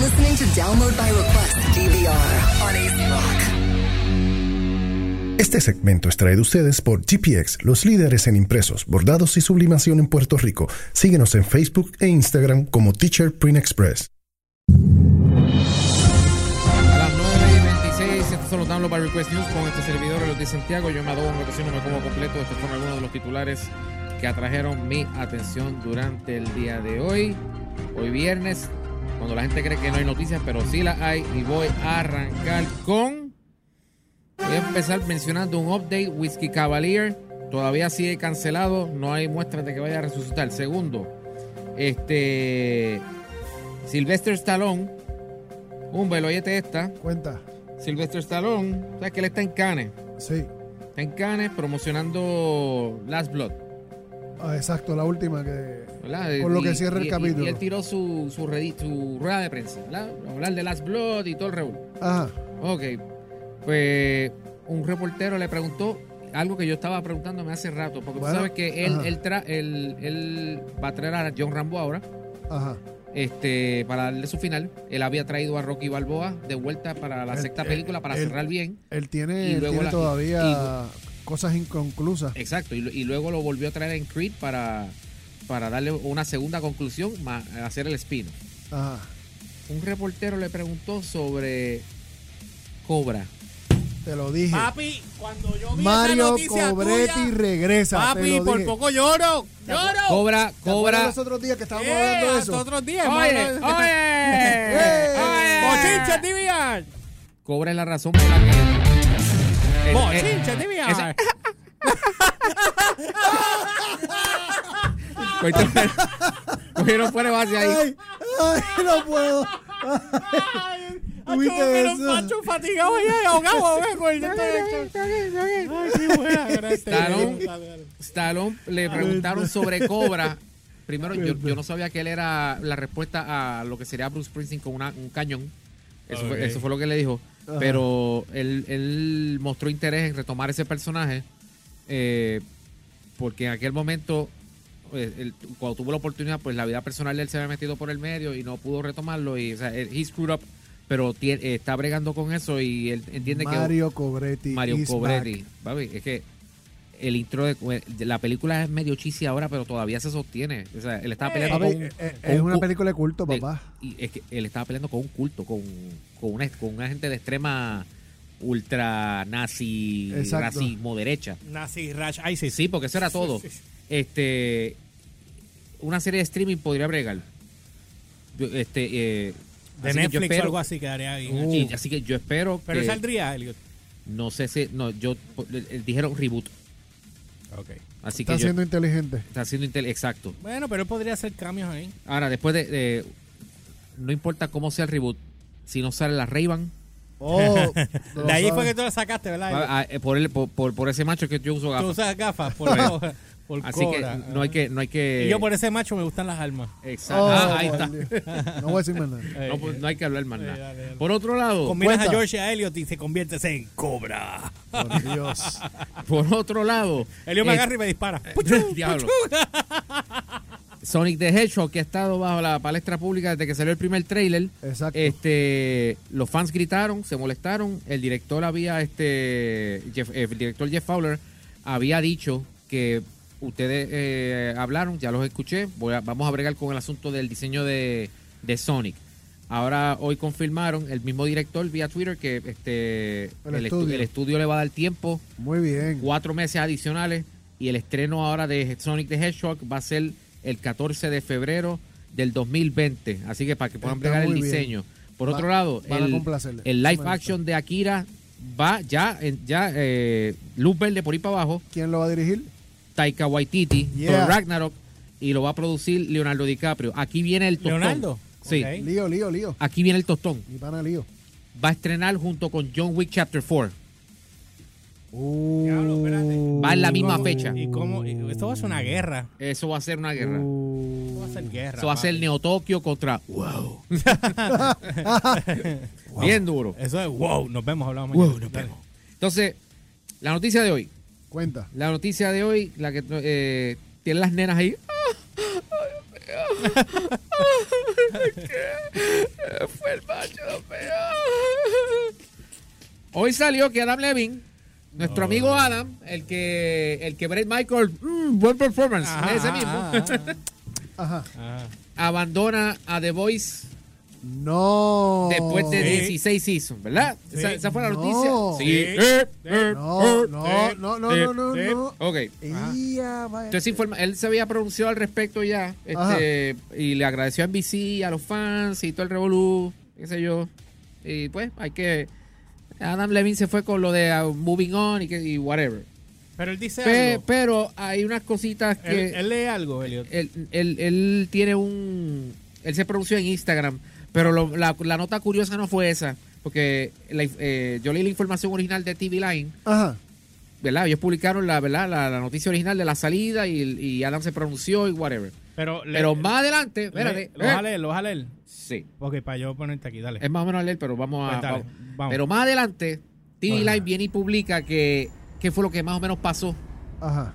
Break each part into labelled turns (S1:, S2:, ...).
S1: listening to Download by Request DVR on AC Rock.
S2: Este segmento es traído a ustedes por GPX, los líderes en impresos, bordados y sublimación en Puerto Rico. Síguenos en Facebook e Instagram como Teacher Print Express.
S3: A las 9 y 26, estos son los Download by Request News con este servidor, los de Santiago. Yo me adobo en votación, no me como completo. Estos son algunos de los titulares que atrajeron mi atención durante el día de hoy. Hoy viernes, cuando la gente cree que no hay noticias, pero sí las hay. Y voy a arrancar con... Voy a empezar mencionando un update. Whiskey Cavalier todavía sigue cancelado. No hay muestras de que vaya a resucitar. Segundo, este... Sylvester Stallone. Un veloyete esta.
S4: Cuenta.
S3: Sylvester Stallone, sabes que él está en Cannes,
S4: Sí.
S3: está en Cannes promocionando Last Blood,
S4: Ah, exacto, la última que.
S3: ¿verdad?
S4: Con lo
S3: Y-
S4: que cierra el
S3: y- y-
S4: capítulo.
S3: Y él tiró su, su, redi- su rueda de prensa, ¿verdad? Hablar de Last Blood y todo el revuelo.
S4: Ajá.
S3: Ok, pues un reportero le preguntó algo que yo estaba preguntándome hace rato, porque
S4: Bueno,
S3: tú sabes que él,
S4: ajá.
S3: él, tra- él- él va a traer a John Rambo ahora,
S4: Ajá.
S3: este, para darle su final. Él había traído a Rocky Balboa de vuelta para la
S4: El-
S3: sexta
S4: el-
S3: película para
S4: el-
S3: cerrar bien.
S4: Él
S3: Y
S4: tiene, él
S3: luego
S4: tiene
S3: la- Eh.
S4: todavía cosas inconclusas.
S3: Exacto, y, lu- y luego lo volvió a traer en Creed para, para darle una segunda conclusión, más hacer el espino.
S4: Ajá.
S3: Un reportero le preguntó sobre Cobra.
S4: Te lo dije.
S5: Papi, cuando yo vi esa
S4: Mario
S5: noticia
S4: Cobretti
S5: tuya,
S4: regresa. te
S5: papi,
S4: lo
S5: por
S4: dije.
S5: poco lloro, lloro.
S3: Cobra,
S4: ¿Te acuerdas
S3: Cobra.
S4: los otros días que estábamos
S5: Eh,
S4: hablando de
S5: hasta
S4: eso.
S5: otros días,
S3: Oye, oye,
S5: mano. Bochinche
S3: oye.
S5: TVR.
S3: Cobra es la razón por la que. el- el-
S5: Bochinche
S3: esa-
S5: TVR.
S3: Cogieron fuera- Cogieron fuera base ahí.
S4: Ay, ay, no puedo. ¿Tuviste
S5: Tuviste
S4: eso?
S5: eso. Pancho fatigado allá y ahogado, ve, con el dedo de- Ay, qué buena, gracias.
S3: Talón.
S5: este Dale, dale.
S3: Stallone le preguntaron sobre Cobra. Primero, yo, yo no sabía que él era la respuesta a lo que sería Bruce Springsteen con una- un cañón. Eso, fue,
S5: Ok.
S3: eso fue lo que le dijo. Pero él, él mostró interés en retomar ese personaje. eh, porque en aquel momento, eh, él- cuando tuvo la oportunidad, pues la vida personal de él se había metido por el medio y no pudo retomarlo. Y, o sea, él- he screwed up, pero tie- eh, está bregando con eso y él entiende que.
S4: Mario Cobretti.
S3: Mario
S4: is
S3: Cobretti.
S4: back.
S3: Papi, es que el intro de, pues, de la película es medio chisi ahora, pero todavía se sostiene. O sea, él estaba peleando
S4: Papi,
S3: con, un-
S4: eh, eh,
S3: con
S4: es
S3: un
S4: una
S3: cu-
S4: película de culto,
S3: de-
S4: papá.
S3: y es que él estaba peleando con un culto, con, con, una, con una gente de extrema ultra nazi,
S4: Exacto.
S3: racismo derecha.
S5: Nazi Rash ISIS.
S3: Sí, porque eso era todo. Este, una serie de streaming podría bregar. Yo, Este, eh,
S5: De
S3: así que yo
S5: Netflix o
S3: espero-
S5: algo así quedaría bien.
S4: Uh,
S3: y- así que yo espero
S5: Pero
S3: que-
S5: saldría, Elliot.
S3: no sé si no yo eh, dijeron reboot
S5: Okay.
S3: así
S4: Está
S3: que yo-
S4: siendo inteligente.
S3: Está siendo intel exacto.
S5: Bueno, pero él podría hacer cambios ahí.
S3: Ahora, después de, de- No importa cómo sea el reboot, si no sale la ray
S4: Oh,
S5: De ahí fue que tú la sacaste, ¿verdad?
S3: ah, eh, por, el- por, por- por ese macho que yo uso
S5: Tú
S3: gafas.
S5: usas gafas por, por,
S3: Pues, Así que
S5: cobra.
S3: no hay que. No hay que
S5: Y yo por ese macho me gustan las armas.
S3: Exacto.
S4: Oh,
S3: Ah, ahí está.
S4: por Dios. No voy a decir más nada.
S3: No, pues, no hay que hablar más
S5: Dale,
S3: nada.
S5: dale, dale.
S3: Por otro lado, pues,
S5: Combinas
S4: Cuenta.
S5: a George y a Elliot y te conviertes en cobra.
S4: Por Dios.
S3: por otro lado.
S5: Elliot me
S3: eh,
S5: agarra y me dispara.
S3: Diablo. Sonic the Hedgehog, que ha estado bajo la palestra pública desde que salió el primer tráiler.
S4: Exacto.
S3: Este, los fans gritaron, se molestaron. El director había, este, Jeff- el director Jeff Fowler había dicho que ustedes eh, hablaron, ya los escuché. voy a- vamos a bregar con el asunto del diseño de, de Sonic. Ahora hoy confirmaron el mismo director vía Twitter que este
S4: El
S3: el estu-
S4: estudio.
S3: el estudio le va a dar tiempo
S4: Muy bien.
S3: cuatro meses adicionales y el estreno ahora de Sonic the Hedgehog va a ser el 14 de febrero del 2020. Así que para que puedan
S4: Está
S3: bregar el
S4: muy bien.
S3: diseño. Por
S4: Va-
S3: otro lado,
S4: van a
S3: el,
S4: complacerle.
S3: el
S4: Eso
S3: live
S4: me gusta.
S3: action de Akira va ya, en- ya eh, luz verde por ahí para abajo,
S4: ¿Quién lo va a dirigir?
S3: Taika Waititi,
S4: Yeah.
S3: Thor Ragnarok, y lo va a producir Leonardo DiCaprio. Aquí viene el tostón.
S5: Leonardo.
S3: Sí.
S5: Ok.
S4: Lío, lío, lío.
S3: Aquí viene el tostón.
S4: Mi pana lío.
S3: Va a estrenar junto con John Wick Chapter 4.
S4: Uh,
S5: Diablo, espérate.
S3: Va en la
S5: ¿Y
S3: misma
S5: cómo-
S3: fecha.
S5: ¿Y cómo? y- Esto va a ser una guerra.
S3: Eso va a ser una guerra.
S5: Uh, Esto va a ser guerra.
S3: Eso va a ser
S5: papi.
S3: Neo Tokio contra. ¡Wow! Bien duro.
S5: Eso es wow. Nos vemos, hablamos
S3: Wow,
S5: mañana.
S3: nos vemos. Entonces, la noticia de hoy.
S4: Cuenta.
S3: La noticia de hoy, la que eh, tienen las nenas ahí. Fue el macho feo. Hoy salió que Adam Levin,
S5: Oh.
S3: nuestro amigo Adam, el que, el que Brett Michael, mm, buen performance,
S5: Ajá,
S3: ese mismo,
S5: ajá,
S4: Ajá.
S5: ajá.
S3: abandona a The Voice
S4: No.
S3: después de
S5: Sí.
S3: 16 seasons, ¿verdad?
S5: Sí.
S3: Esa, esa fue la
S4: No.
S3: noticia.
S5: Sí.
S3: Eh, eh,
S4: No,
S3: eh,
S4: no,
S3: eh,
S4: no, no,
S3: eh.
S4: no, no, no.
S3: Ok.
S4: Ella, vaya.
S3: Entonces informa- él se había pronunciado al respecto ya este, y le agradeció a NBC, a los fans y todo el revolú, qué sé yo. Y pues hay que... Adam Levine se fue con lo de ah, Moving On y, que, y whatever.
S5: Pero él dice
S3: Pe-
S5: algo.
S3: pero hay unas cositas que... eh,
S5: él, él lee algo, Elliot.
S3: él, él- él tiene un... Él se pronunció en Instagram, pero lo- la, la nota curiosa no fue esa, porque la inf- eh, yo leí la información original de TV Line
S4: Ajá.
S3: ¿verdad? Ellos publicaron la, ¿verdad? La, la noticia original de la salida y, y Adam se pronunció y whatever.
S5: Pero, le-
S3: Pero más adelante,
S5: le-
S3: espérate.
S5: Lo
S3: eh,
S5: vas a leer, lo vas a leer.
S3: sí,
S5: Ok, para yo ponerte aquí, dale.
S3: es más o menos leer, pero vamos a.
S5: Pues dale,
S3: vamos.
S5: vamos.
S3: Pero más adelante, TV
S5: Ajá.
S3: Line viene y publica que, que fue lo que más o menos pasó
S4: Ajá.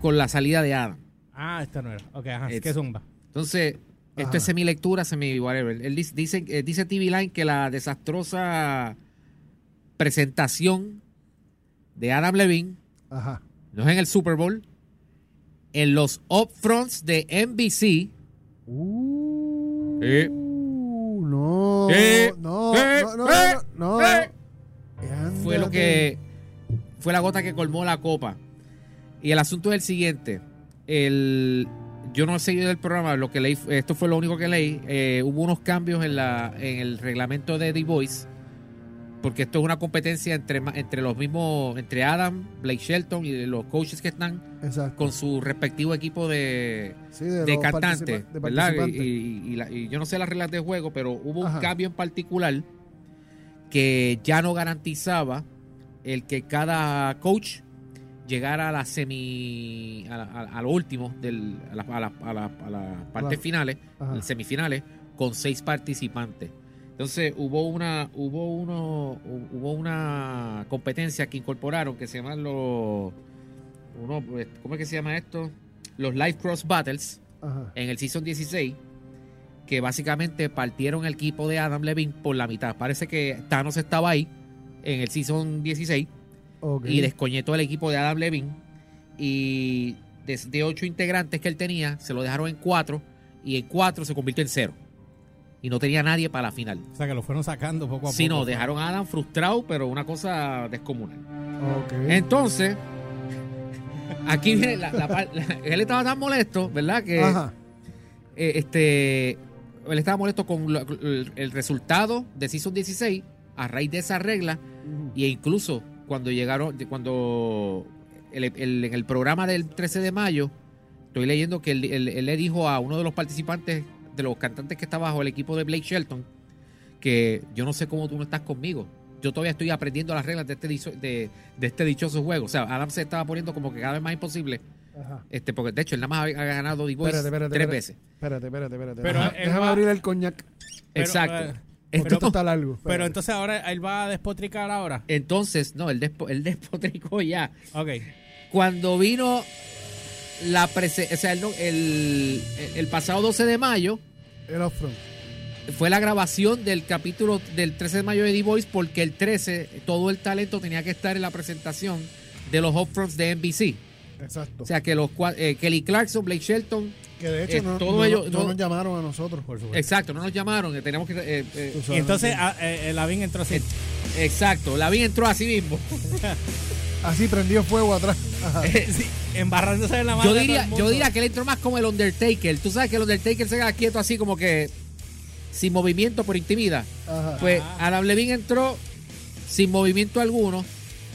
S3: con la salida de Adam.
S5: Ah, esta no era. Ok, ajá.
S3: It's-
S5: ¿Qué zumba?
S3: Entonces, esto
S4: Ajá.
S3: es semi lectura, semi whatever. Él dice, dice, eh, dice TV Line que la desastrosa presentación de Adam Levine
S4: Ajá.
S3: no es en el Super Bowl, en los upfronts de NBC.
S4: Uh,
S3: Eh.
S4: no,
S3: Eh,
S4: no,
S3: eh,
S4: no, no,
S3: eh,
S4: no, no.
S3: eh.
S4: Ándate.
S3: Fue lo que fue la gota que colmó la copa. Y el asunto es el siguiente. El, yo no he seguido el programa, lo que leí, esto fue lo único que leí. Eh, hubo unos cambios en, la, en el reglamento de The Voice, porque esto es una competencia entre, ma- entre los mismos, entre Adam, Blake Shelton y los coaches que están
S4: Exacto.
S3: con su respectivo equipo de,
S4: Sí,
S3: de
S4: los
S3: cantante,
S4: participa- de
S3: ¿verdad? Y,
S4: participantes.
S3: y- y la- y yo no sé las reglas de juego, pero hubo
S4: Ajá.
S3: un cambio en particular que ya no garantizaba el que cada coach llegara a la semi, a, la- a- a lo último, del, a las a la- a la- a las partes
S4: Claro.
S3: finales,
S4: Ajá.
S3: semifinales, con seis participantes. Entonces hubo una, hubo uno, hubo una competencia que incorporaron que se llaman los, uno, eh, ¿cómo es que se llama esto? Los Live Cross Battles
S4: Ajá.
S3: en el Season 16, que básicamente partieron el equipo de Adam Levine por la mitad. Parece que Thanos estaba ahí en el Season 16
S4: Ok.
S3: y descoñetó el equipo de Adam Levine. Y de, de ocho integrantes que él tenía, se lo dejaron en cuatro y en cuatro se convirtió en cero. Y no tenía nadie para la final.
S5: O sea, que lo fueron sacando poco a
S3: Si
S5: poco.
S3: no, dejaron a Adam frustrado, pero una cosa descomunal.
S4: Ok.
S3: Entonces, aquí viene la, la par- la- él estaba tan molesto, ¿verdad? Que
S4: Ajá.
S3: eh, este, él estaba molesto con lo- el, el resultado de Season 16 a raíz de esa regla
S4: Ujú.
S3: e incluso cuando llegaron, cuando el- el- en el programa del 13 de mayo, estoy leyendo que él, él- él le dijo a uno de los participantes, de los cantantes que está bajo el equipo de Blake Shelton, que yo no sé cómo tú no estás conmigo. Yo todavía estoy aprendiendo las reglas de este, dicho- de, de este dichoso juego. O sea, Adam se estaba poniendo como que cada vez más imposible.
S4: Ajá.
S3: Este, porque de hecho, él nada más ha, ha ganado The Voice
S4: Espérate, espérate,
S3: tres
S4: espérate.
S3: veces.
S4: Espérate, espérate, espérate.
S5: Pero
S4: Ajá.
S5: él
S4: Déjame
S5: va-
S4: abrir el coñac.
S5: Pero, eh,
S3: Exacto.
S4: Porque esto
S3: Entonces-
S4: está largo.
S5: Pero
S4: Espérate.
S5: entonces ahora él va a despotricar ahora.
S3: Entonces, no, el despo, él despotricó ya.
S5: Ok.
S3: Cuando vino la prese- o sea, el, el- el pasado 12 de mayo,
S4: El off-front.
S3: fue la grabación del capítulo del 13 de mayo de The Voice, porque el 13, todo el talento tenía que estar en la presentación de los upfronts de NBC.
S4: Exacto.
S3: O sea, que los cua- eh, Kelly Clarkson, Blake Shelton,
S4: que de hecho
S3: eh,
S4: no,
S3: todo
S4: no-
S3: ello-
S4: no
S3: todo-
S4: nos llamaron a nosotros, por supuesto.
S3: exacto, no nos llamaron, que tenemos que... eh, eh,
S4: Tú sabes.
S5: Y entonces a- eh, eh, Lavín entró así.
S3: exacto, Lavín entró a sí mismo.
S4: Así prendió fuego atrás. Ajá.
S5: Sí, embarrándose en la mano.
S3: Yo diría, yo diría que él entró más como el Undertaker. Tú sabes que el Undertaker se queda quieto así como que sin movimiento por intimida.
S4: Ajá.
S3: Pues
S5: Ah.
S3: Adam Levine entró sin movimiento alguno,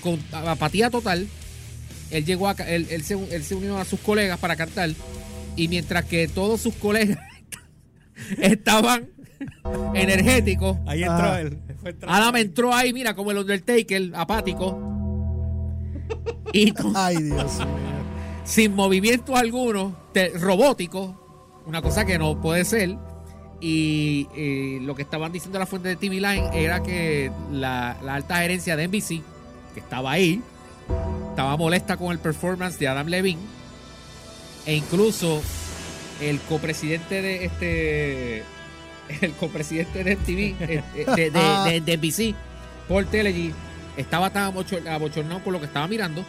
S3: con apatía total. Él llegó a, ca- él, él se, él se unió a sus colegas para cantar. Y mientras que todos sus colegas estaban energéticos,
S5: Ahí entró
S4: Ajá.
S5: él. Fue entrando.
S3: Adam entró ahí, mira, como el Undertaker, apático. Y con-
S4: Ay, Dios.
S3: sin movimiento alguno, te- robótico, una cosa que no puede ser. Y eh, lo que estaban diciendo la fuente de TV Line era que la, la alta gerencia de NBC, que estaba ahí, estaba molesta con el performance de Adam Levine. E incluso el copresidente de este. El copresidente de TV, eh, eh, de, de, de- de NBC, Paul Teleggy, estaba tan abochor- abochornado con lo que estaba mirando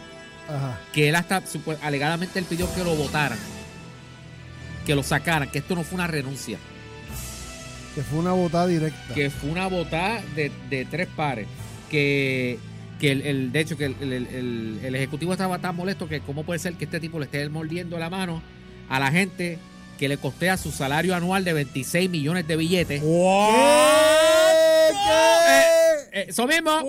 S4: Ajá.
S3: que él hasta supo- alegadamente él pidió que lo votaran, que lo sacaran, que esto no fue una renuncia,
S4: Que fue una botada directa.
S3: que fue una votada de, de tres pares, que, que el, el- de hecho que el, el- el- el ejecutivo estaba tan molesto que cómo puede ser que este tipo le esté mordiendo la mano a la gente que le costea su salario anual de 26 millones de billetes. Eh, Eso mismo.
S5: ¿Cuánto?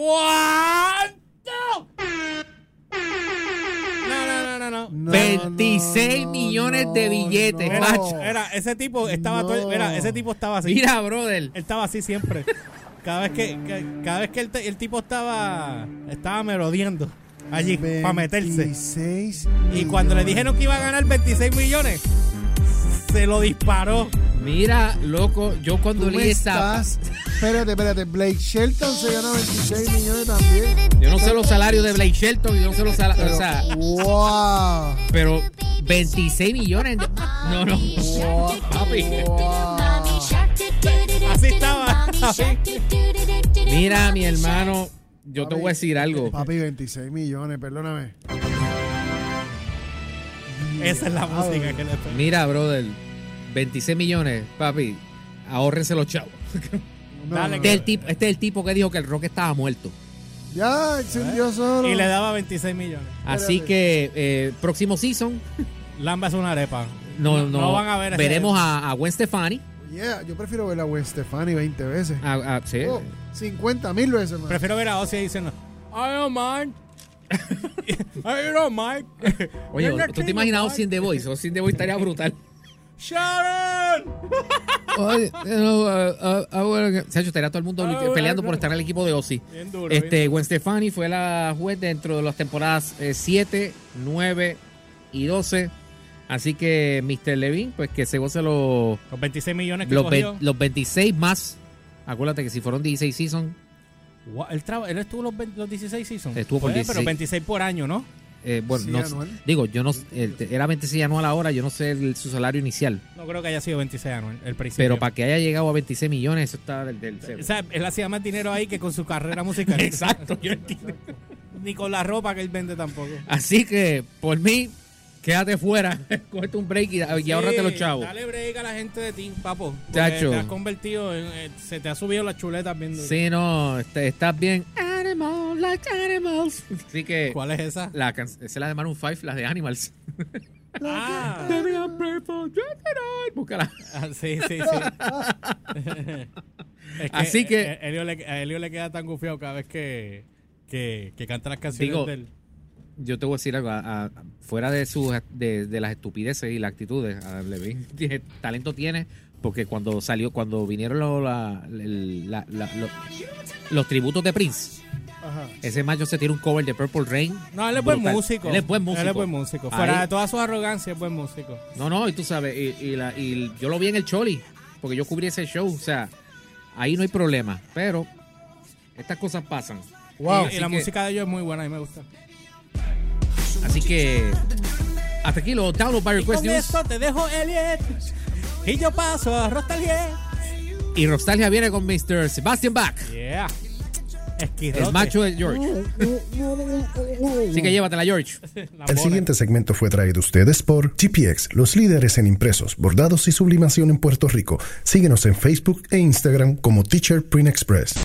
S5: No, no, no, no, no.
S4: No,
S3: 26
S4: no,
S3: millones de billetes,
S4: no.
S3: macho.
S5: Era, ese tipo estaba
S4: No.
S5: todo- era, ese tipo estaba así.
S3: Mira, brother.
S5: Él estaba así siempre. Cada vez que, que- cada vez que el, te- el tipo estaba estaba merodeando allí para meterse.
S4: 26
S5: Y cuando le
S4: millones.
S5: dijeron que iba a ganar 26 millones, se lo disparó.
S3: Mira, loco, yo cuando
S4: Tú me
S3: leí esa.
S4: estás. Espérate, espérate. Blake Shelton se gana 26 millones también.
S3: Yo no sé los salarios de Blake Shelton, yo no sé los salarios. O
S4: Pero,
S3: sea,
S4: wow.
S3: pero 26 millones. de- No, no. Papi.
S5: Así estaba.
S3: Mira, mi hermano, yo te voy a decir algo.
S4: Papi, 26 millones, perdóname.
S5: Esa es la música que le pegó.
S3: Mira, brother, 26 millones, papi, ahórrense los chavos.
S4: No,
S5: Dale,
S4: no,
S3: Este es, el tipo, este es el tipo que dijo que el rock estaba muerto.
S4: no. Ya, encendió solo.
S5: ¿Eh? Y le daba 26 millones.
S3: Así que, eh, próximo season,
S5: Lamba es una arepa.
S3: no, no,
S5: No van a ver ese-
S3: veremos a, a Gwen Stefani.
S4: Yeah, yo prefiero ver a Gwen Stefani 20 veces.
S3: a- a- sí.
S4: Oh, 50 mil veces más.
S5: Prefiero ver a Ozzy diciendo, I don't mind. I don't mind.
S3: Oye,
S5: You're not
S3: ¿tú
S5: king
S3: te
S5: of
S3: imaginas
S5: mind.
S3: sin The Voice? O sin The Voice estaría brutal.
S5: Sharon.
S3: Oye, no, ah, ah, ah, bueno, que- Sancho, estaría todo el mundo
S5: Ah, bueno,
S3: peleando por
S5: claro.
S3: estar en el equipo de Ozzy.
S5: Bien duro, bien
S3: Este, Gwen Stefani fue la juez dentro de las temporadas 7, 9 y 12. Así que Mr. Levin, pues que se goce los,
S5: Los 26 millones que
S3: los, ve-
S5: cogió.
S3: los 26 más. Acuérdate que si fueron 16 seasons,
S5: Gua- Él, traba- él estuvo los, vein- los 16 seasons.
S3: Estuvo por
S5: Pues,
S3: 16.
S5: Pero 26 por año, ¿no?
S3: eh, bueno,
S4: Sí,
S3: no-
S4: anual.
S3: digo, yo no el- era 26 anual ahora, yo no sé el- su salario inicial,
S5: No creo que haya sido 26 años el principio.
S3: pero para que haya llegado a 26 millones, eso está del, del cero.
S5: O sea, él hacía más dinero ahí que con su carrera musical.
S3: Exacto, yo entiendo.
S5: Ni con la ropa que él vende tampoco.
S3: Así que, por mí, quédate fuera, cógete un break y, y ahórrate los chavos.
S5: Dale break a la gente de ti, papo. porque
S3: Chacho.
S5: Te has convertido en. eh, se te ha subido las chuletas bien duro.
S3: Sí, no, est- estás bien. Animals, like animals. Así que
S5: ¿Cuál es esa?
S3: la can- esa es la de Maroon 5, la de Animals.
S5: Ah,
S3: Baby, I'm grateful, you can all. Búscala.
S5: ah, sí, sí, sí. Es
S3: Así que-
S5: eh, Elio le- a Elio le queda tan gufiado cada vez que, que, que canta las canciones
S3: Digo,
S5: de él.
S3: Yo te voy a decir algo, a- a- fuera de, sus, de, de las estupideces y las actitudes, a Levin tiene- talento tiene, porque cuando salió, cuando vinieron lo- la- el- la- la- lo- los tributos de Prince,
S4: Ajá.
S3: ese macho se tiene un cover de Purple Rain.
S5: No, él es buen
S3: brutal.
S5: músico.
S3: Él es buen músico.
S5: Él es buen músico.
S3: Ahí-
S5: Fuera de toda su arrogancia, es buen músico.
S3: No, no, y tú sabes, y, y la- y yo lo vi en el Choli, porque yo cubrí ese show, o sea, ahí no hay problema, pero estas cosas pasan.
S5: y,
S3: Así
S5: y la
S3: que-
S5: música de ellos es muy buena, a mí me gusta.
S3: Así que, hasta aquí los Download by Request
S5: Con
S3: News.
S5: esto te dejo Elliot. Y yo paso a Rostalier.
S3: Y Rostalia viene con Mr. Sebastian Bach,
S5: Yeah. Esquirote.
S3: el macho de George. Así que llévatela, George.
S5: La
S2: El
S5: bola.
S2: siguiente segmento fue traído a ustedes por GPX, los líderes en impresos, bordados y sublimación en Puerto Rico. Síguenos en Facebook e Instagram como Teacher Print Express.